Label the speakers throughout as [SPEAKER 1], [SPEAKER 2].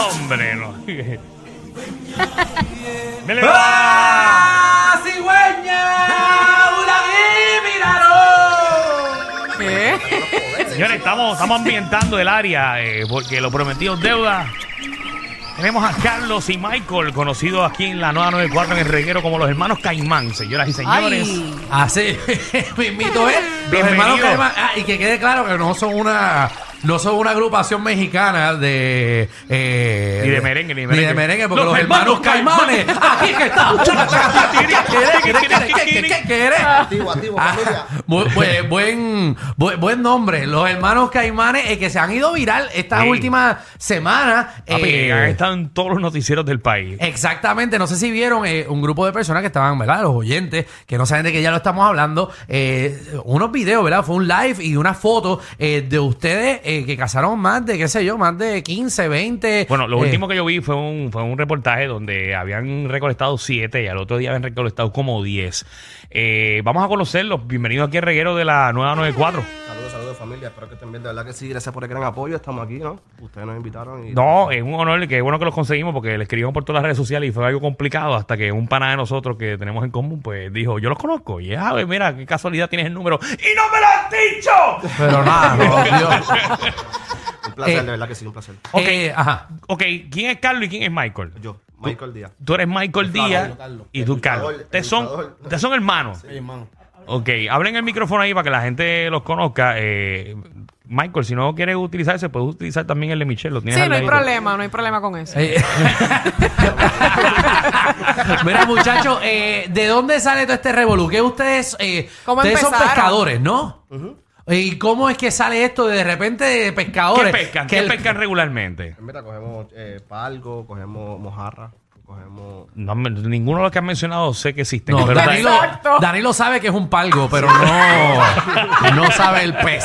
[SPEAKER 1] Hombre, no. Me le va.
[SPEAKER 2] ¿Qué?
[SPEAKER 1] Señores, estamos, estamos ambientando el área eh, porque lo prometido es deuda. Tenemos a Carlos y Michael, conocidos aquí en la 994 en el reguero como los hermanos Caimán, señoras y señores.
[SPEAKER 2] Ay,
[SPEAKER 3] Así mismito es. Los
[SPEAKER 1] Bienvenido.
[SPEAKER 3] hermanos Caimán. Ah, y que quede claro que no son una. No son una agrupación mexicana de. eh,
[SPEAKER 1] Ni de merengue, ni de merengue.
[SPEAKER 3] porque los, hermanos, Caimanes. Aquí es que estamos. ¿Qué querés? ¿Qué querés? Ah, bu- bu- Buen bu- buen nombre. Los hermanos Caimanes eh, que se han ido viral estas
[SPEAKER 1] Sí.
[SPEAKER 3] últimas semanas.
[SPEAKER 1] Papi,
[SPEAKER 3] eh,
[SPEAKER 1] ahí están todos los noticieros del país.
[SPEAKER 3] Exactamente, no sé si vieron eh, un grupo de personas que estaban, ¿verdad? Los oyentes, que no saben de qué ya lo estamos hablando, eh, unos videos, ¿verdad? Fue un live y una foto eh, de ustedes eh, que casaron más de, qué sé yo, más de 15, 20.
[SPEAKER 1] Bueno, lo
[SPEAKER 3] eh,
[SPEAKER 1] último que yo vi fue un, fue un reportaje donde habían recolectado siete y al otro día habían recolectado como 10. Eh, vamos a conocerlos. Bienvenidos aquí al reguero de la 994.
[SPEAKER 4] Saludos, saludos familia. Espero que estén bien. De verdad que sí, gracias por el gran apoyo. Estamos aquí, ¿no? Ustedes nos invitaron y.
[SPEAKER 1] No, es un honor, que es bueno que los conseguimos porque le escribimos por todas las redes sociales y fue algo complicado hasta que un pana de nosotros que tenemos en común, pues dijo, yo los conozco. Y a ver, mira, qué casualidad tienes el número. ¡Y no me lo has dicho!
[SPEAKER 3] Pero nada, no, Dios.
[SPEAKER 4] Un placer,
[SPEAKER 3] Eh.
[SPEAKER 4] de verdad que sí, un placer.
[SPEAKER 1] Ok.
[SPEAKER 3] Eh, ajá.
[SPEAKER 1] Ok, ¿quién es Carlos y quién es Michael?
[SPEAKER 4] Yo, Michael Díaz.
[SPEAKER 1] Tú eres Michael
[SPEAKER 4] Carlos,
[SPEAKER 1] Díaz
[SPEAKER 4] yo, Carlos.
[SPEAKER 1] y
[SPEAKER 4] El
[SPEAKER 1] tú
[SPEAKER 4] luchador,
[SPEAKER 1] Carlos.
[SPEAKER 4] el
[SPEAKER 1] Ustedes son,
[SPEAKER 4] luchador.
[SPEAKER 1] ustedes son hermanos.
[SPEAKER 4] Eh,
[SPEAKER 1] Ok, hablen el micrófono ahí para que la gente los conozca. Eh, Michael, si no quieres utilizarse, puedes utilizar también el de Michelle. Lo tienes
[SPEAKER 2] Sí,
[SPEAKER 1] al
[SPEAKER 2] no hay
[SPEAKER 1] ladito.
[SPEAKER 2] problema, no hay problema con eso.
[SPEAKER 3] Eh, Mira, muchachos, eh, ¿de dónde sale todo este revolú? Que ustedes, eh,
[SPEAKER 2] ¿Cómo
[SPEAKER 3] ustedes son
[SPEAKER 2] empezaron?
[SPEAKER 3] pescadores, ¿no? Eh, ¿Y cómo es que sale esto de, de repente de
[SPEAKER 1] ¿Qué
[SPEAKER 3] pescadores?
[SPEAKER 1] pescan?
[SPEAKER 3] Que
[SPEAKER 1] ¿Qué
[SPEAKER 3] el-
[SPEAKER 1] pescan regularmente?
[SPEAKER 4] Mira, cogemos eh, palgo, cogemos mojarra, cogemos.
[SPEAKER 1] No, me- ninguno de los que han mencionado sé que existen.
[SPEAKER 3] No,
[SPEAKER 1] pero-
[SPEAKER 3] Danilo,
[SPEAKER 2] Exacto.
[SPEAKER 3] Danilo sabe que es un palgo, pero no, no sabe el pez.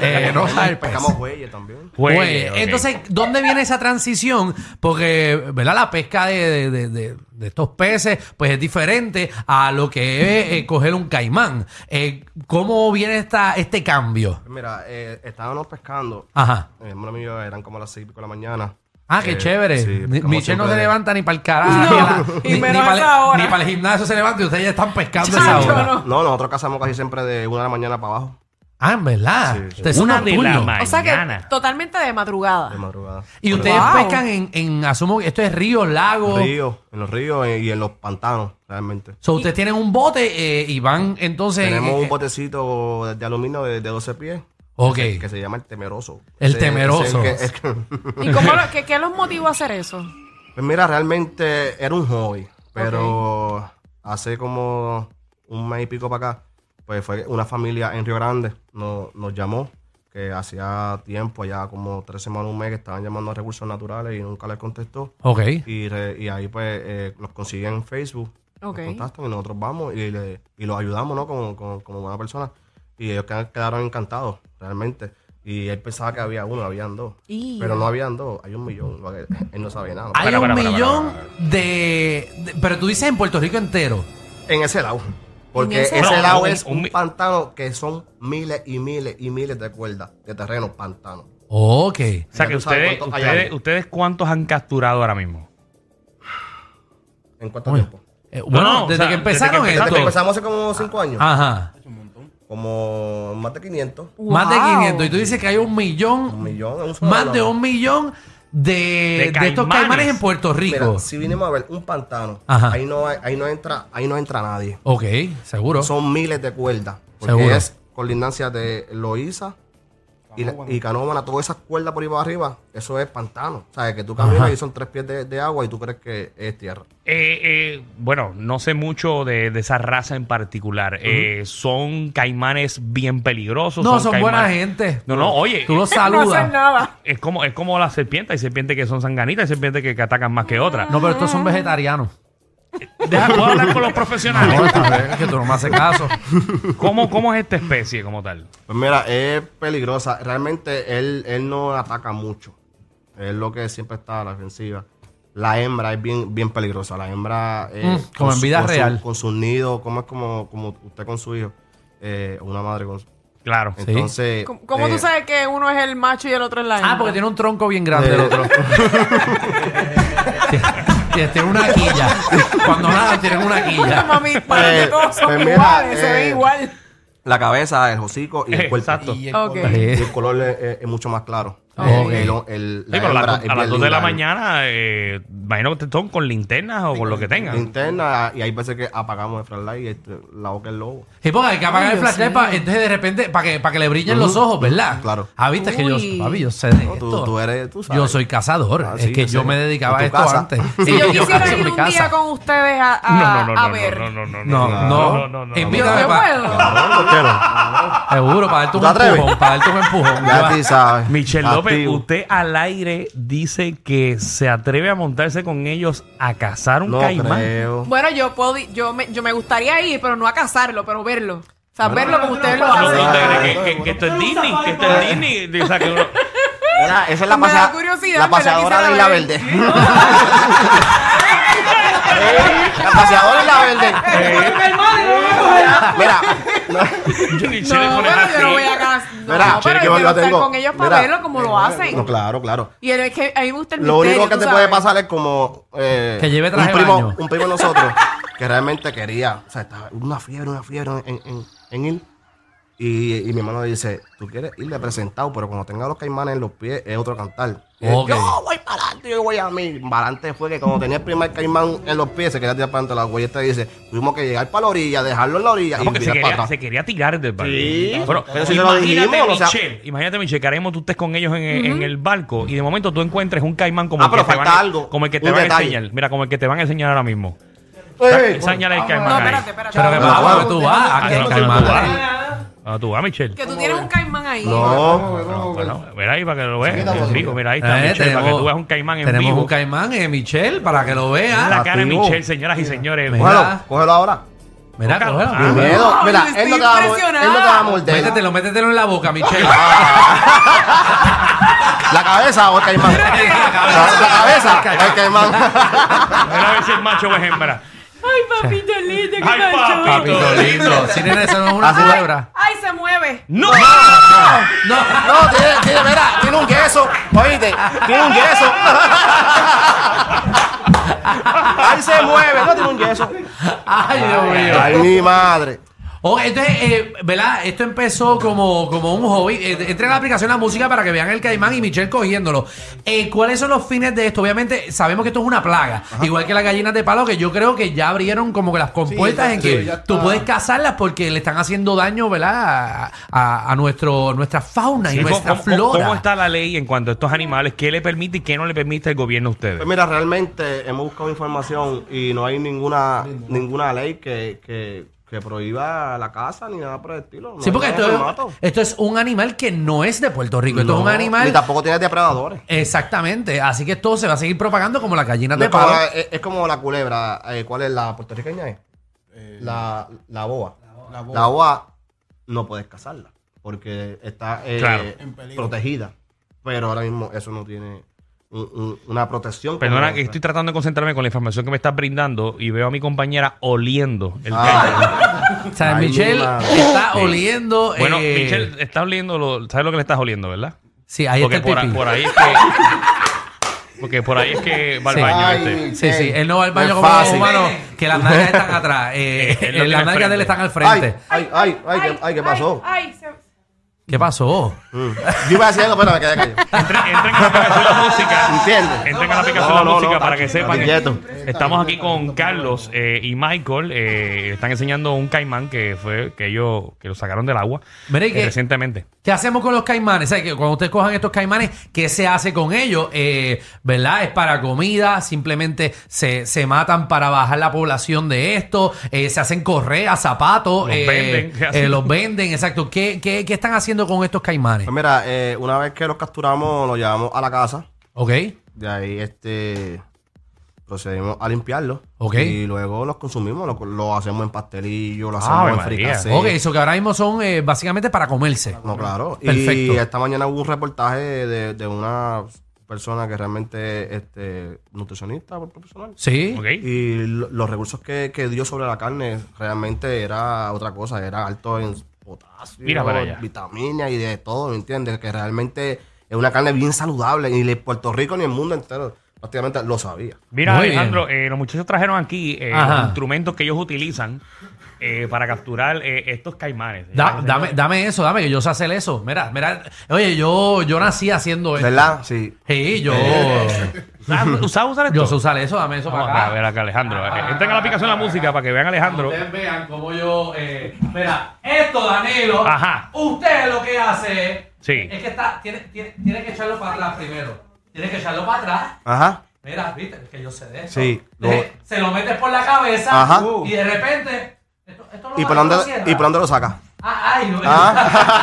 [SPEAKER 3] Eh, no sabe el pez.
[SPEAKER 4] Pescamos bueyes también.
[SPEAKER 1] Güey,
[SPEAKER 3] Pues,
[SPEAKER 1] ok.
[SPEAKER 3] Entonces, ¿dónde viene esa transición? Porque, ¿verdad? La pesca de, de- de- de- de estos peces, pues es diferente a lo que es eh, coger un caimán. Eh, ¿Cómo viene esta, este cambio?
[SPEAKER 4] Mira, eh, estábamos pescando.
[SPEAKER 3] Ajá.
[SPEAKER 4] Eh, hermano mío, eran como las 6 de la mañana.
[SPEAKER 3] Ah, qué
[SPEAKER 4] Eh,
[SPEAKER 3] chévere.
[SPEAKER 4] sí,
[SPEAKER 3] Ni-
[SPEAKER 4] pescamos
[SPEAKER 3] Michelle no
[SPEAKER 4] siempre
[SPEAKER 3] se
[SPEAKER 4] de-
[SPEAKER 3] levanta ni para el carajo.
[SPEAKER 2] No, y
[SPEAKER 3] ni, ni
[SPEAKER 2] menos a
[SPEAKER 3] para
[SPEAKER 2] esa hora.
[SPEAKER 3] el gimnasio se levanta y ustedes ya están pescando a
[SPEAKER 2] Chacho,
[SPEAKER 3] esa hora.
[SPEAKER 2] no.
[SPEAKER 4] No, nosotros cazamos casi siempre de una de la mañana para abajo,
[SPEAKER 3] Ah, en verdad.
[SPEAKER 4] Sí, sí.
[SPEAKER 3] Ustedes son
[SPEAKER 1] una de la
[SPEAKER 3] nocturnos.
[SPEAKER 1] mañana.
[SPEAKER 2] O sea que totalmente de
[SPEAKER 4] de
[SPEAKER 2] madrugada.
[SPEAKER 4] madrugada.
[SPEAKER 3] Y
[SPEAKER 4] Por
[SPEAKER 3] ustedes
[SPEAKER 2] Wow.
[SPEAKER 3] pescan en, en, asumo que esto es río, lago.
[SPEAKER 4] los ríos, en los ríos eh, y en los pantanos, realmente.
[SPEAKER 3] So, ustedes tienen un bote eh, y van entonces.
[SPEAKER 4] Tenemos
[SPEAKER 3] eh,
[SPEAKER 4] un botecito de aluminio de, de 12 pies
[SPEAKER 3] Ok.
[SPEAKER 4] que se llama el temeroso.
[SPEAKER 3] El
[SPEAKER 4] Ese- ese
[SPEAKER 3] Temeroso.
[SPEAKER 4] es el que- es que-
[SPEAKER 2] ¿Y cómo lo- qué, qué los motivó a hacer eso?
[SPEAKER 4] Pues mira, realmente era un hobby, pero hace como un mes y pico para acá, pues fue una familia en Río Grande, no- nos llamó, que hacía tiempo, ya como tres semanas, un mes, que estaban llamando a recursos naturales y nunca les contestó.
[SPEAKER 3] Ok.
[SPEAKER 4] Y, re- y ahí pues eh, nos consiguen en Facebook,
[SPEAKER 2] Ok.
[SPEAKER 4] nos contactan y nosotros vamos y, le- y los ayudamos, ¿no? Como, como, como buena persona. Y ellos quedan- quedaron encantados, realmente. Y él pensaba que había uno, habían dos.
[SPEAKER 2] Y-
[SPEAKER 4] Pero no habían dos, hay un millón. porque Él no sabía nada.
[SPEAKER 3] Hay
[SPEAKER 1] Espera,
[SPEAKER 3] un
[SPEAKER 1] espera, espera,
[SPEAKER 3] millón
[SPEAKER 1] espera,
[SPEAKER 3] de, de- Pero tú dices en Puerto Rico entero.
[SPEAKER 4] En ese lado. Porque
[SPEAKER 2] En ese
[SPEAKER 4] ese,
[SPEAKER 1] lado.
[SPEAKER 4] lado
[SPEAKER 1] No,
[SPEAKER 4] es
[SPEAKER 1] un- un
[SPEAKER 4] un,
[SPEAKER 1] mi-
[SPEAKER 4] pantano que son miles y miles y miles de cuerdas de terreno pantano.
[SPEAKER 3] Ok. Eh,
[SPEAKER 1] O sea,
[SPEAKER 4] Ya
[SPEAKER 1] que
[SPEAKER 4] tú sabes
[SPEAKER 1] ustedes,
[SPEAKER 4] cuántos hay
[SPEAKER 1] ustedes,
[SPEAKER 4] ahí.
[SPEAKER 1] ustedes cuántos han capturado ahora mismo.
[SPEAKER 4] ¿En cuánto
[SPEAKER 3] Uy.
[SPEAKER 4] tiempo?
[SPEAKER 3] Eh, bueno,
[SPEAKER 1] no, o
[SPEAKER 3] desde
[SPEAKER 1] sea,
[SPEAKER 3] que empezaron
[SPEAKER 1] desde que
[SPEAKER 4] Desde que
[SPEAKER 3] esto.
[SPEAKER 4] empezamos hace como 5 años.
[SPEAKER 3] Ajá.
[SPEAKER 4] Como más de 500.
[SPEAKER 2] Wow.
[SPEAKER 3] Más de 500. Y tú dices que hay un millón.
[SPEAKER 4] Un millón. Un solo
[SPEAKER 3] Más de
[SPEAKER 4] lado.
[SPEAKER 3] un millón de, de estos
[SPEAKER 1] caimanes.
[SPEAKER 3] caimanes en Puerto Rico.
[SPEAKER 4] Mira, si vinimos a ver un pantano,
[SPEAKER 3] Ajá.
[SPEAKER 4] ahí no, hay- ahí no entra, ahí no entra nadie.
[SPEAKER 3] Ok, seguro.
[SPEAKER 4] Son miles de cuerdas. Porque
[SPEAKER 3] Seguro.
[SPEAKER 4] es colindancia de Loíza y, la- y Canóvana, todas esas cuerdas por ahí para arriba, eso es pantano. O sea, que tú caminas
[SPEAKER 3] Ajá.
[SPEAKER 4] y son tres pies de, de agua y tú crees que es tierra.
[SPEAKER 1] Eh, eh, bueno, no sé mucho de, de esa raza en particular. Eh, son caimanes bien peligrosos.
[SPEAKER 3] no, son buena
[SPEAKER 1] caimanes-
[SPEAKER 3] gente.
[SPEAKER 1] No, no, oye.
[SPEAKER 3] Tú los
[SPEAKER 2] No hacen
[SPEAKER 3] saludas. No,
[SPEAKER 2] nada.
[SPEAKER 1] Es como, es como las serpientes. Hay serpientes que son sanganitas, hay serpientes que, que atacan más que otras.
[SPEAKER 3] pero estos son vegetarianos.
[SPEAKER 1] Deja, puedo hablar con los
[SPEAKER 3] No,
[SPEAKER 4] Ah,
[SPEAKER 1] profesionales.
[SPEAKER 3] tú ves que tú no me haces caso.
[SPEAKER 1] ¿Cómo, ¿Cómo es esta especie como tal?
[SPEAKER 4] Pues mira, es peligrosa. Realmente él, él no ataca mucho. Es lo que siempre está a la ofensiva. La hembra es bien, bien peligrosa. La hembra. eh,
[SPEAKER 3] Mm, como
[SPEAKER 4] con
[SPEAKER 3] en
[SPEAKER 4] su-
[SPEAKER 3] vida
[SPEAKER 4] con su-
[SPEAKER 3] real.
[SPEAKER 4] con su nido, como es como, como usted con su hijo. eh, una madre con su.
[SPEAKER 1] Claro.
[SPEAKER 4] Entonces.
[SPEAKER 2] ¿Cómo, cómo tú
[SPEAKER 4] eh,
[SPEAKER 2] sabes que uno es el macho y el otro es la hembra?
[SPEAKER 3] Ah, porque tiene un tronco bien grande
[SPEAKER 4] Eh.
[SPEAKER 3] el otro. Tiene- Tiene una quilla. Cuando nada, tienen una quilla.
[SPEAKER 2] Mami, para
[SPEAKER 4] Eh,
[SPEAKER 2] que todos son
[SPEAKER 4] pues mira,
[SPEAKER 2] iguales, se ven
[SPEAKER 4] eh,
[SPEAKER 2] igual.
[SPEAKER 4] La cabeza, el hocico y el cuerpo.
[SPEAKER 1] Exacto.
[SPEAKER 4] Y
[SPEAKER 2] Ok.
[SPEAKER 4] el color es, es- es mucho más claro.
[SPEAKER 3] Ok.
[SPEAKER 4] Eh, el- el-
[SPEAKER 1] Sí, pero a
[SPEAKER 4] hembra
[SPEAKER 1] las-
[SPEAKER 4] es
[SPEAKER 1] a las
[SPEAKER 4] bien
[SPEAKER 1] 2 de la
[SPEAKER 4] linda.
[SPEAKER 1] mañana, eh, imagino que te son con linternas o con lo que tengan.
[SPEAKER 4] Linterna, y hay veces que apagamos el flashlight y este, la boca del lobo.
[SPEAKER 3] Y porque hay que apagar el
[SPEAKER 2] Dios
[SPEAKER 3] flashlight pa- entonces de repente para que, para que le brillen los ojos, ¿verdad?
[SPEAKER 4] Claro.
[SPEAKER 3] Ah, viste que yo,
[SPEAKER 2] Uy.
[SPEAKER 3] papi, yo sé de
[SPEAKER 4] No, tú-
[SPEAKER 3] esto.
[SPEAKER 4] tú eres- tú sabes.
[SPEAKER 3] Yo soy cazador.
[SPEAKER 4] Ah,
[SPEAKER 3] es
[SPEAKER 4] sí,
[SPEAKER 3] que
[SPEAKER 4] yo
[SPEAKER 3] yo
[SPEAKER 4] sé.
[SPEAKER 3] me dedicaba a
[SPEAKER 4] En
[SPEAKER 3] esto
[SPEAKER 4] tu casa.
[SPEAKER 3] antes.
[SPEAKER 2] Si yo
[SPEAKER 3] Sí,
[SPEAKER 2] quisiera
[SPEAKER 3] cazo en
[SPEAKER 2] ir
[SPEAKER 3] mi
[SPEAKER 2] un día
[SPEAKER 3] casa.
[SPEAKER 2] con ustedes a,
[SPEAKER 1] No,
[SPEAKER 2] a-
[SPEAKER 1] no, no,
[SPEAKER 2] a
[SPEAKER 1] no,
[SPEAKER 2] ver.
[SPEAKER 1] no, no,
[SPEAKER 3] No,
[SPEAKER 1] no, no,
[SPEAKER 3] no.
[SPEAKER 1] no, no, no.
[SPEAKER 3] Invítame
[SPEAKER 2] Yo
[SPEAKER 3] pa-
[SPEAKER 2] puedo.
[SPEAKER 4] Cabrón, ¿por qué no?
[SPEAKER 3] Seguro, para darte
[SPEAKER 4] ¿Tú
[SPEAKER 3] un
[SPEAKER 4] te atreves?
[SPEAKER 3] empujón. Para darte un empujón.
[SPEAKER 4] Ya
[SPEAKER 3] Yo-
[SPEAKER 4] ti sabes.
[SPEAKER 1] Michelle López,
[SPEAKER 4] Activo.
[SPEAKER 1] usted al aire dice que se atreve a montarse con ellos a cazar un
[SPEAKER 4] No
[SPEAKER 1] caimán.
[SPEAKER 4] creo.
[SPEAKER 2] Bueno, yo puedo, i- yo me, yo me gustaría ir, pero no a cazarlo, pero verlo. O sea, verlo como ustedes lo
[SPEAKER 1] No, no,
[SPEAKER 2] hacen.
[SPEAKER 1] no, que- que- que esto es Disney, que esto es Disney. O sea, que uno-
[SPEAKER 4] Mira, esa es la,
[SPEAKER 2] Me da
[SPEAKER 4] pasea-
[SPEAKER 2] curiosidad,
[SPEAKER 4] la
[SPEAKER 2] en verdad,
[SPEAKER 4] paseadora
[SPEAKER 2] quisiera
[SPEAKER 4] de Isla
[SPEAKER 2] ver.
[SPEAKER 4] Verde. la paseadora de Isla Verde. Mira,
[SPEAKER 1] Michelle
[SPEAKER 2] No,
[SPEAKER 1] pone
[SPEAKER 2] pero
[SPEAKER 1] así.
[SPEAKER 2] yo no voy a cazar. No,
[SPEAKER 4] mira,
[SPEAKER 2] pero
[SPEAKER 4] que
[SPEAKER 2] yo quiero
[SPEAKER 4] yo
[SPEAKER 2] estar
[SPEAKER 4] tengo.
[SPEAKER 2] con ellos para
[SPEAKER 4] Mira.
[SPEAKER 2] verlo como lo hacen.
[SPEAKER 4] No, claro, claro.
[SPEAKER 2] Y es que a mí me gusta el
[SPEAKER 4] Lo
[SPEAKER 2] misterio,
[SPEAKER 4] único que
[SPEAKER 2] tú
[SPEAKER 4] te
[SPEAKER 2] sabes.
[SPEAKER 4] puede pasar es como eh,
[SPEAKER 3] Que lleve traje
[SPEAKER 4] un primo,
[SPEAKER 3] de baño.
[SPEAKER 4] un primo de nosotros que realmente quería, o sea, estaba una fiebre, una fiebre en, en, en ir. Y, y mi hermano le dice, tú quieres ir de presentado, pero cuando tenga los caimanes en los pies es otro cantar. Y él,
[SPEAKER 3] Ok.
[SPEAKER 4] Yo voy para adelante, yo voy a mí. Para adelante fue que cuando tenía el primer caimán en los pies, se quería tirar para adelante. La güeyeta dice, tuvimos que llegar para la orilla, dejarlo en la orilla
[SPEAKER 1] Ah,
[SPEAKER 4] y
[SPEAKER 1] porque se
[SPEAKER 4] virar para
[SPEAKER 1] quería,
[SPEAKER 4] atrás.
[SPEAKER 1] se quería tirar del barco.
[SPEAKER 4] Sí,
[SPEAKER 1] Pero,
[SPEAKER 4] pero si se lo
[SPEAKER 1] imagínate,
[SPEAKER 4] dijimos, o sea-
[SPEAKER 1] Michelle, imagínate, Michelle, que haremos tú estés con ellos en, en el barco y de momento tú encuentres un caimán como,
[SPEAKER 4] Ah,
[SPEAKER 1] el, que
[SPEAKER 4] pero
[SPEAKER 1] te
[SPEAKER 4] falta
[SPEAKER 1] van, a-
[SPEAKER 4] algo,
[SPEAKER 1] como el que te
[SPEAKER 4] un
[SPEAKER 1] van
[SPEAKER 4] detalle.
[SPEAKER 1] a enseñar. Mira, como el que te van a enseñar ahora mismo.
[SPEAKER 4] Ey,
[SPEAKER 1] Sáñale el caimán.
[SPEAKER 2] No,
[SPEAKER 1] ahí.
[SPEAKER 2] espérate, espérate.
[SPEAKER 3] Pero que
[SPEAKER 4] No,
[SPEAKER 3] para
[SPEAKER 4] no,
[SPEAKER 3] dónde tú vas,
[SPEAKER 1] Ah,
[SPEAKER 3] aquí
[SPEAKER 1] no,
[SPEAKER 3] hay
[SPEAKER 1] no,
[SPEAKER 3] que
[SPEAKER 1] tú vas.
[SPEAKER 3] matar.
[SPEAKER 1] Ah, tú vas, Michelle.
[SPEAKER 2] Que tú tienes un caimán ahí.
[SPEAKER 4] No,
[SPEAKER 1] Bueno, bueno, mira ahí para que lo veas. en vivo, mira ahí está
[SPEAKER 3] Eh,
[SPEAKER 1] Michelle, para que tú veas un caimán en
[SPEAKER 3] tenemos
[SPEAKER 1] vivo.
[SPEAKER 3] un caimán, eh, Michelle, para que lo
[SPEAKER 1] Mira
[SPEAKER 3] veas.
[SPEAKER 1] la cara de
[SPEAKER 4] Activo.
[SPEAKER 1] Michelle, señoras y señores.
[SPEAKER 3] Mira.
[SPEAKER 4] cógelo, cógelo ahora.
[SPEAKER 3] Mira,
[SPEAKER 1] Toca-
[SPEAKER 3] cógelo.
[SPEAKER 1] Ah,
[SPEAKER 4] Miedo.
[SPEAKER 2] Ay,
[SPEAKER 4] Mira,
[SPEAKER 2] estoy
[SPEAKER 4] él no te va a mor- él no te va a
[SPEAKER 2] impresionada.
[SPEAKER 4] morder.
[SPEAKER 3] Métetelo, métetelo en la boca, Michelle.
[SPEAKER 4] La cabeza o el caimán. La, la cabeza o el caimán.
[SPEAKER 1] Mira a ver si es macho o es hembra.
[SPEAKER 2] Ay, papito lindo, qué
[SPEAKER 1] Ay,
[SPEAKER 2] macho.
[SPEAKER 1] papi.
[SPEAKER 3] Papito lindo. Si nene, eso no es una
[SPEAKER 4] Así-
[SPEAKER 3] culebra.
[SPEAKER 2] Ay, se mueve.
[SPEAKER 1] ¡No!
[SPEAKER 3] No.
[SPEAKER 4] No, tiene, tiene, mira, tiene un yeso. Oíste, tiene un yeso. Ahí se mueve, no tiene un yeso.
[SPEAKER 3] Ay, Dios mío.
[SPEAKER 4] Ay, mi madre.
[SPEAKER 3] Ok, entonces, eh, ¿verdad? Esto empezó como, como un hobby. Eh, Entren a la aplicación la música para que vean el caimán y Michelle cogiéndolo. Eh, ¿Cuáles son los fines de esto? Obviamente, sabemos que esto es una plaga. Igual que las gallinas de palo, que yo creo que ya abrieron como que las compuertas
[SPEAKER 5] ya-
[SPEAKER 3] en
[SPEAKER 5] sí,
[SPEAKER 3] que
[SPEAKER 5] ya está.
[SPEAKER 3] tú puedes cazarlas porque le están haciendo daño, ¿verdad? A, a- a nuestro, nuestra fauna y
[SPEAKER 1] ¿Y cómo-
[SPEAKER 3] nuestra
[SPEAKER 1] cómo,
[SPEAKER 3] flora.
[SPEAKER 1] cómo está la ley en cuanto a estos animales? ¿Qué le permite y qué no le permite el gobierno a ustedes?
[SPEAKER 4] Pues mira, realmente hemos buscado información y no hay ninguna, ninguna ley que, que, que prohíba la casa ni nada por el estilo. No
[SPEAKER 3] Sí,
[SPEAKER 4] hay
[SPEAKER 3] porque
[SPEAKER 4] nada de
[SPEAKER 3] esto
[SPEAKER 4] formato.
[SPEAKER 3] es, esto es un animal que no es de Puerto Rico. Esto es un
[SPEAKER 4] No,
[SPEAKER 3] animal.
[SPEAKER 4] Ni tampoco tiene depredadores.
[SPEAKER 3] Exactamente. Así que esto se va a seguir propagando como las gallinas
[SPEAKER 4] No
[SPEAKER 3] de
[SPEAKER 4] es, como
[SPEAKER 3] palo.
[SPEAKER 4] la, es- es como la culebra. eh, ¿Cuál es la puertorriqueña? es? la, la boa. Eh, La boa. no puedes cazarla porque está eh,
[SPEAKER 1] Claro.
[SPEAKER 5] En peligro.
[SPEAKER 4] protegida. Pero ahora mismo eso no tiene un- un- una protección.
[SPEAKER 1] Perdona,
[SPEAKER 4] como
[SPEAKER 1] que
[SPEAKER 4] otra.
[SPEAKER 1] estoy tratando de concentrarme con la información que me estás brindando y veo a mi compañera oliendo el
[SPEAKER 4] Ah,
[SPEAKER 3] O sea,
[SPEAKER 4] Ay, mi
[SPEAKER 3] Michelle
[SPEAKER 4] madre.
[SPEAKER 3] está
[SPEAKER 1] Sí.
[SPEAKER 3] oliendo.
[SPEAKER 1] caimán. Bueno,
[SPEAKER 3] eh,
[SPEAKER 1] Michelle, estás oliendo, lo- ¿sabes lo que le estás oliendo, verdad?
[SPEAKER 3] Sí, ahí
[SPEAKER 1] porque
[SPEAKER 3] está el
[SPEAKER 1] por, a-
[SPEAKER 3] pipí.
[SPEAKER 1] por ahí es que. Porque por ahí es que va al
[SPEAKER 3] Sí.
[SPEAKER 1] baño.
[SPEAKER 4] Ay,
[SPEAKER 1] este.
[SPEAKER 3] Sí, sí. Él no va al baño
[SPEAKER 4] Es
[SPEAKER 3] como los
[SPEAKER 4] fácil.
[SPEAKER 3] humanos, que las nalgas están atrás.
[SPEAKER 1] Eh,
[SPEAKER 3] Eh,
[SPEAKER 1] él lo tiene
[SPEAKER 3] las nalgas
[SPEAKER 1] enfrente.
[SPEAKER 3] de él están al
[SPEAKER 4] ay,
[SPEAKER 3] frente.
[SPEAKER 4] ay, ay, ay, ¿qué, ay, ¿qué pasó?
[SPEAKER 2] Ay, ay, se-
[SPEAKER 3] ¿Qué pasó?
[SPEAKER 4] Mm. Yo iba a decir algo, pero me quedé callado.
[SPEAKER 1] Entren, entren a la aplicación de la música.
[SPEAKER 4] ¿Entiendes?
[SPEAKER 1] Entren a la aplicación de la
[SPEAKER 4] No, no,
[SPEAKER 1] música
[SPEAKER 4] no,
[SPEAKER 1] para
[SPEAKER 4] Pachi,
[SPEAKER 1] que sepan.
[SPEAKER 4] quieto.
[SPEAKER 1] que estamos aquí con Carlos eh, y Michael. eh, están enseñando un caimán que fue que ellos que lo sacaron del agua
[SPEAKER 3] Mira, y
[SPEAKER 1] eh,
[SPEAKER 3] que-
[SPEAKER 1] recientemente.
[SPEAKER 3] ¿Qué hacemos con los caimanes? ¿Sabes? Que cuando ustedes cojan estos caimanes, ¿qué se hace con ellos? Eh, ¿Verdad? ¿Es para comida? ¿Simplemente se, se matan para bajar la población de esto? Eh, ¿Se hacen correas, zapatos?
[SPEAKER 1] Los
[SPEAKER 3] eh,
[SPEAKER 1] venden. ¿Qué hacen?
[SPEAKER 3] eh, los venden, exacto. ¿Qué, qué, qué están haciendo con estos caimanes?
[SPEAKER 4] Pues mira, eh, una vez que los capturamos, los llevamos a la casa.
[SPEAKER 3] ¿Ok?
[SPEAKER 4] De ahí este procedimos a limpiarlos.
[SPEAKER 3] Ok.
[SPEAKER 4] Y luego los consumimos, lo, lo hacemos en pastelillo, lo
[SPEAKER 1] Ave
[SPEAKER 4] hacemos en
[SPEAKER 1] María.
[SPEAKER 4] fricasé.
[SPEAKER 3] Ok, eso que ahora mismo son eh, básicamente para comerse.
[SPEAKER 4] No, claro.
[SPEAKER 3] Perfecto.
[SPEAKER 4] Y esta mañana hubo un reportaje de, de una persona que realmente es este, nutricionista profesional.
[SPEAKER 3] ¿Sí?
[SPEAKER 1] ¿Ok?
[SPEAKER 4] Y lo- los recursos que, que dio sobre la carne realmente era otra cosa, era alto en
[SPEAKER 1] Mira para allá.
[SPEAKER 4] potasio, vitaminas y de todo, ¿me entiendes? Que realmente es una carne bien saludable y ni Puerto Rico ni el mundo entero prácticamente lo sabía.
[SPEAKER 1] Mira,
[SPEAKER 3] Muy
[SPEAKER 1] Alejandro, eh, los muchachos trajeron aquí eh,
[SPEAKER 3] Ajá.
[SPEAKER 1] los instrumentos que ellos utilizan eh, para capturar eh, estos caimanes.
[SPEAKER 3] Da- dame, dame eso, dame, que yo sé hacer eso. Mira, mira. Oye, yo, yo nací haciendo esto.
[SPEAKER 4] ¿Verdad? Sí.
[SPEAKER 3] Sí, yo.
[SPEAKER 1] ¿Sabes usar usar esto?
[SPEAKER 3] Yo sé usar eso, dame eso
[SPEAKER 1] Vamos
[SPEAKER 3] para acá. Ah,
[SPEAKER 1] a ver acá, Alejandro. Eh, entren a la aplicación de la música para que vean a Alejandro.
[SPEAKER 3] Ustedes vean cómo yo. eh, mira, esto, Danilo.
[SPEAKER 1] Ajá.
[SPEAKER 3] Usted lo que hace
[SPEAKER 1] Sí.
[SPEAKER 3] es que está, tiene, tiene, tiene que echarlo para atrás primero. Tiene que echarlo para atrás.
[SPEAKER 4] Ajá.
[SPEAKER 3] Mira, viste, es que yo sé de eso.
[SPEAKER 4] Sí, lo-
[SPEAKER 3] Eh, Se lo metes por la cabeza
[SPEAKER 4] Ajá.
[SPEAKER 3] y de repente. Esto, esto lo
[SPEAKER 4] ¿Y por
[SPEAKER 3] esto lo
[SPEAKER 4] dónde,
[SPEAKER 3] cierra.
[SPEAKER 4] y por dónde lo saca?
[SPEAKER 3] Ah, ay, no.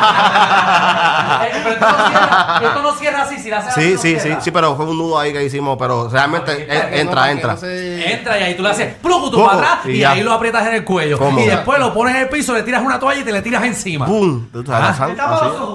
[SPEAKER 4] Ah.
[SPEAKER 3] Eh, pero esto no, cierra, esto no cierra así, si la haces así,
[SPEAKER 4] Sí,
[SPEAKER 3] no
[SPEAKER 4] sí, sí,
[SPEAKER 3] cierra.
[SPEAKER 4] sí, pero fue un nudo ahí que hicimos, pero realmente
[SPEAKER 3] Porque-
[SPEAKER 4] eh, entra, entra.
[SPEAKER 3] Entra y ahí tú le haces plucutu
[SPEAKER 4] Poco,
[SPEAKER 3] para atrás y,
[SPEAKER 4] y ya.
[SPEAKER 3] ahí lo aprietas en el cuello.
[SPEAKER 4] ¿Cómo?
[SPEAKER 3] Y después lo pones en el piso, le tiras una toalla y te le tiras encima.
[SPEAKER 4] ¡Bum! Tú sabes,
[SPEAKER 3] Ah,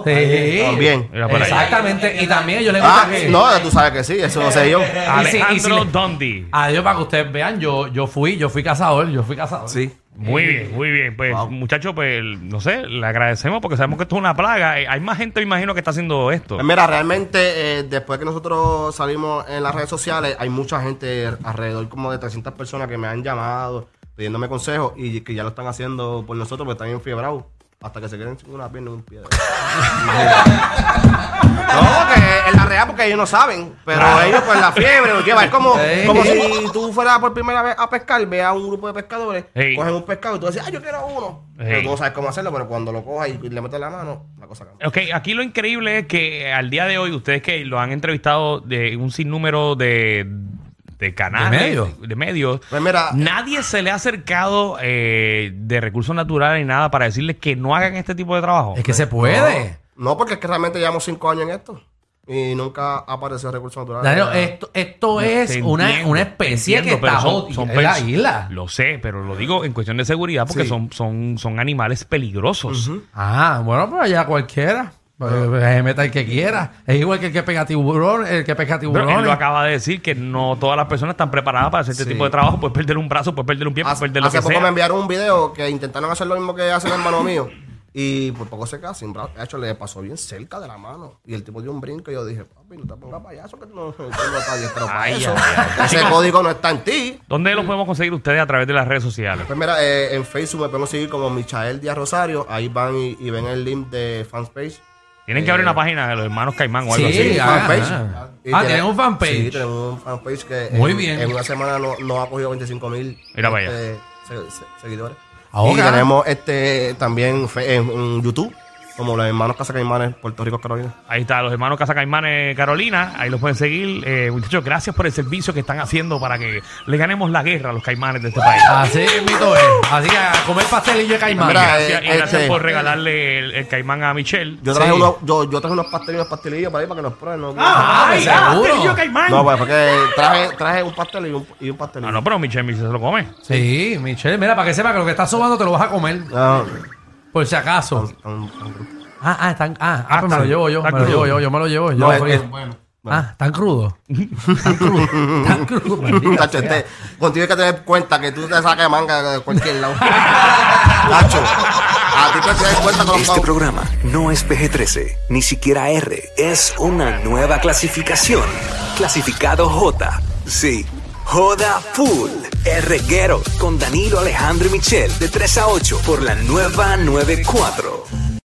[SPEAKER 4] así.
[SPEAKER 3] Sí.
[SPEAKER 4] También.
[SPEAKER 1] Mira para allá.
[SPEAKER 3] Exactamente. Y también yo le gusta
[SPEAKER 4] Ah,
[SPEAKER 3] que.
[SPEAKER 4] no, tú sabes que sí, eso lo sé yo.
[SPEAKER 3] Y si- y si
[SPEAKER 1] Alejandro
[SPEAKER 3] le-
[SPEAKER 1] Dondi.
[SPEAKER 3] Adiós, para que ustedes vean, yo, yo fui, yo fui cazador, yo fui cazador.
[SPEAKER 4] Sí.
[SPEAKER 3] Eh,
[SPEAKER 1] Muy bien, muy bien. Pues, muchachos, pues, no sé, le agradecemos porque sabemos que esto es una plaga. Eh, Hay más gente, me imagino, que está haciendo esto.
[SPEAKER 4] Pues Mira, realmente eh, después que nosotros salimos en las redes sociales, hay mucha gente, alrededor como de 300 personas que me han llamado pidiéndome consejos y que ya lo están haciendo por nosotros porque están enfiebrados hasta que se queden sin una pierna y un pie. no, que es la real porque ellos no saben, pero ellos pues la fiebre lo lleva. Es como,
[SPEAKER 3] Sí.
[SPEAKER 4] como si tú fueras por primera vez a pescar, ve a un grupo de pescadores,
[SPEAKER 1] Sí.
[SPEAKER 4] cogen un pescado y tú dices, ah, yo quiero uno.
[SPEAKER 1] Sí.
[SPEAKER 4] Pero tú no sabes cómo hacerlo, pero cuando lo cojas y le metes la mano, la cosa cambia.
[SPEAKER 1] Ok, aquí lo increíble es que eh, al día de hoy, ustedes que lo han entrevistado de un sinnúmero de, de canales,
[SPEAKER 3] De medios. eh,
[SPEAKER 1] de medios,
[SPEAKER 4] Pues mira,
[SPEAKER 1] nadie se le ha acercado eh, de recursos naturales ni nada para decirles que no hagan este tipo de trabajo.
[SPEAKER 3] Es que se puede.
[SPEAKER 4] No, porque es que realmente llevamos cinco años en esto y nunca apareció recursos naturales.
[SPEAKER 3] Danilo,
[SPEAKER 1] eh,
[SPEAKER 3] esto, esto es
[SPEAKER 1] Te
[SPEAKER 3] una,
[SPEAKER 1] entiendo,
[SPEAKER 3] una
[SPEAKER 1] te
[SPEAKER 3] especie
[SPEAKER 1] entiendo,
[SPEAKER 3] que
[SPEAKER 1] pero
[SPEAKER 3] está
[SPEAKER 1] son-
[SPEAKER 3] jodida.
[SPEAKER 1] son
[SPEAKER 3] Es la
[SPEAKER 1] pers-
[SPEAKER 3] isla.
[SPEAKER 1] Lo sé, pero lo digo en cuestión de seguridad porque
[SPEAKER 4] Sí.
[SPEAKER 1] son, son, son animales peligrosos.
[SPEAKER 3] Ah, bueno, pero ya cualquiera. Eh, Se meta el que quiera. Es igual que el que pega tiburón, el que pesca
[SPEAKER 1] Pero él lo
[SPEAKER 3] tiburones.
[SPEAKER 1] acaba de decir que no todas las personas están preparadas para hacer este
[SPEAKER 4] Sí.
[SPEAKER 1] tipo de trabajo. Puedes perder un brazo, puedes perder un pie, puedes
[SPEAKER 4] hace,
[SPEAKER 1] perder pues, lo
[SPEAKER 4] hace
[SPEAKER 1] que
[SPEAKER 4] poco
[SPEAKER 1] sea.
[SPEAKER 4] me enviaron un video que intentaron hacer lo mismo que hace el hermano mío y por poco se queda sin brazo. De hecho, le pasó bien cerca de la mano y el tipo dio un brinco y yo dije, papi, no te pongas payaso que tú no tengo detalles, pero para
[SPEAKER 1] Ay,
[SPEAKER 4] eso,
[SPEAKER 1] ay,
[SPEAKER 4] ese código no está en ti.
[SPEAKER 1] ¿Dónde los podemos conseguir ustedes a través de las redes sociales?
[SPEAKER 4] Pues mira, eh, en Facebook me pueden seguir como Michael Díaz Rosario. Ahí van y, y ven el link de Fanspace.
[SPEAKER 1] Tienen que abrir una página de los hermanos Caimán o algo
[SPEAKER 3] Sí,
[SPEAKER 1] así.
[SPEAKER 3] ah,
[SPEAKER 4] fanpage.
[SPEAKER 3] ah.
[SPEAKER 4] Y
[SPEAKER 3] Ah, tienen un fanpage.
[SPEAKER 4] Sí, tenemos un fanpage que
[SPEAKER 3] Muy
[SPEAKER 4] en,
[SPEAKER 3] bien.
[SPEAKER 4] en una semana no, no ha cogido 25 mil este,
[SPEAKER 1] Mira para
[SPEAKER 4] seguidores.
[SPEAKER 3] Ahora.
[SPEAKER 4] Y tenemos este también fe- en, en YouTube, como los hermanos Casa Caimanes, Puerto Rico, Carolina.
[SPEAKER 1] Ahí está, los hermanos Casa Caimanes Carolina. Ahí los pueden seguir. Eh, muchachos, gracias por el servicio que están haciendo para que le ganemos la guerra a los caimanes de este país.
[SPEAKER 4] Ah,
[SPEAKER 3] Así mito es. Así que a comer pastelillo de caimán.
[SPEAKER 4] Mira,
[SPEAKER 1] Gracias, y
[SPEAKER 4] eh,
[SPEAKER 1] gracias
[SPEAKER 4] este-
[SPEAKER 1] por regalarle el, el caimán a Michelle.
[SPEAKER 4] Yo traje,
[SPEAKER 3] Sí.
[SPEAKER 4] unos, yo, yo traje unos pastelillos, pastelillos para ahí para que nos prueben. No,
[SPEAKER 3] Ah,
[SPEAKER 1] ¡Ay,
[SPEAKER 3] seguro.
[SPEAKER 1] ah, te dio caimán!
[SPEAKER 4] no pues porque traje, traje un pastel y un, y un pastelillo.
[SPEAKER 1] Ah, no, pero Michelle, Michelle se lo come.
[SPEAKER 3] Sí, Michelle, mira, para que sepa que lo que estás sobando te lo vas a comer,
[SPEAKER 4] Ah,
[SPEAKER 3] por si acaso.
[SPEAKER 4] tan- tan-
[SPEAKER 3] Ah, ah, están, ah, ah,
[SPEAKER 1] Ah,
[SPEAKER 3] pues me lo
[SPEAKER 1] está-
[SPEAKER 3] llevo yo,
[SPEAKER 1] está
[SPEAKER 3] me lo
[SPEAKER 1] crudo.
[SPEAKER 3] llevo yo, yo me lo llevo yo.
[SPEAKER 4] No, es-
[SPEAKER 3] porque-
[SPEAKER 4] es bueno.
[SPEAKER 3] Ah, tan crudo. Tan crudo. Tan crudo. maldita
[SPEAKER 4] Tacho,
[SPEAKER 3] sea.
[SPEAKER 4] este, contigo hay que tener cuenta que tú te sacas de manga de cualquier lado. Tacho, a ti te tienes cuenta con los
[SPEAKER 5] Este
[SPEAKER 4] pavos.
[SPEAKER 5] programa no es PG-13, ni siquiera R. Es una nueva clasificación. Clasificado J. Sí. Joda Full. El reguero con Danilo Alejandro y Michel de 3 a 8 por la nueva 94.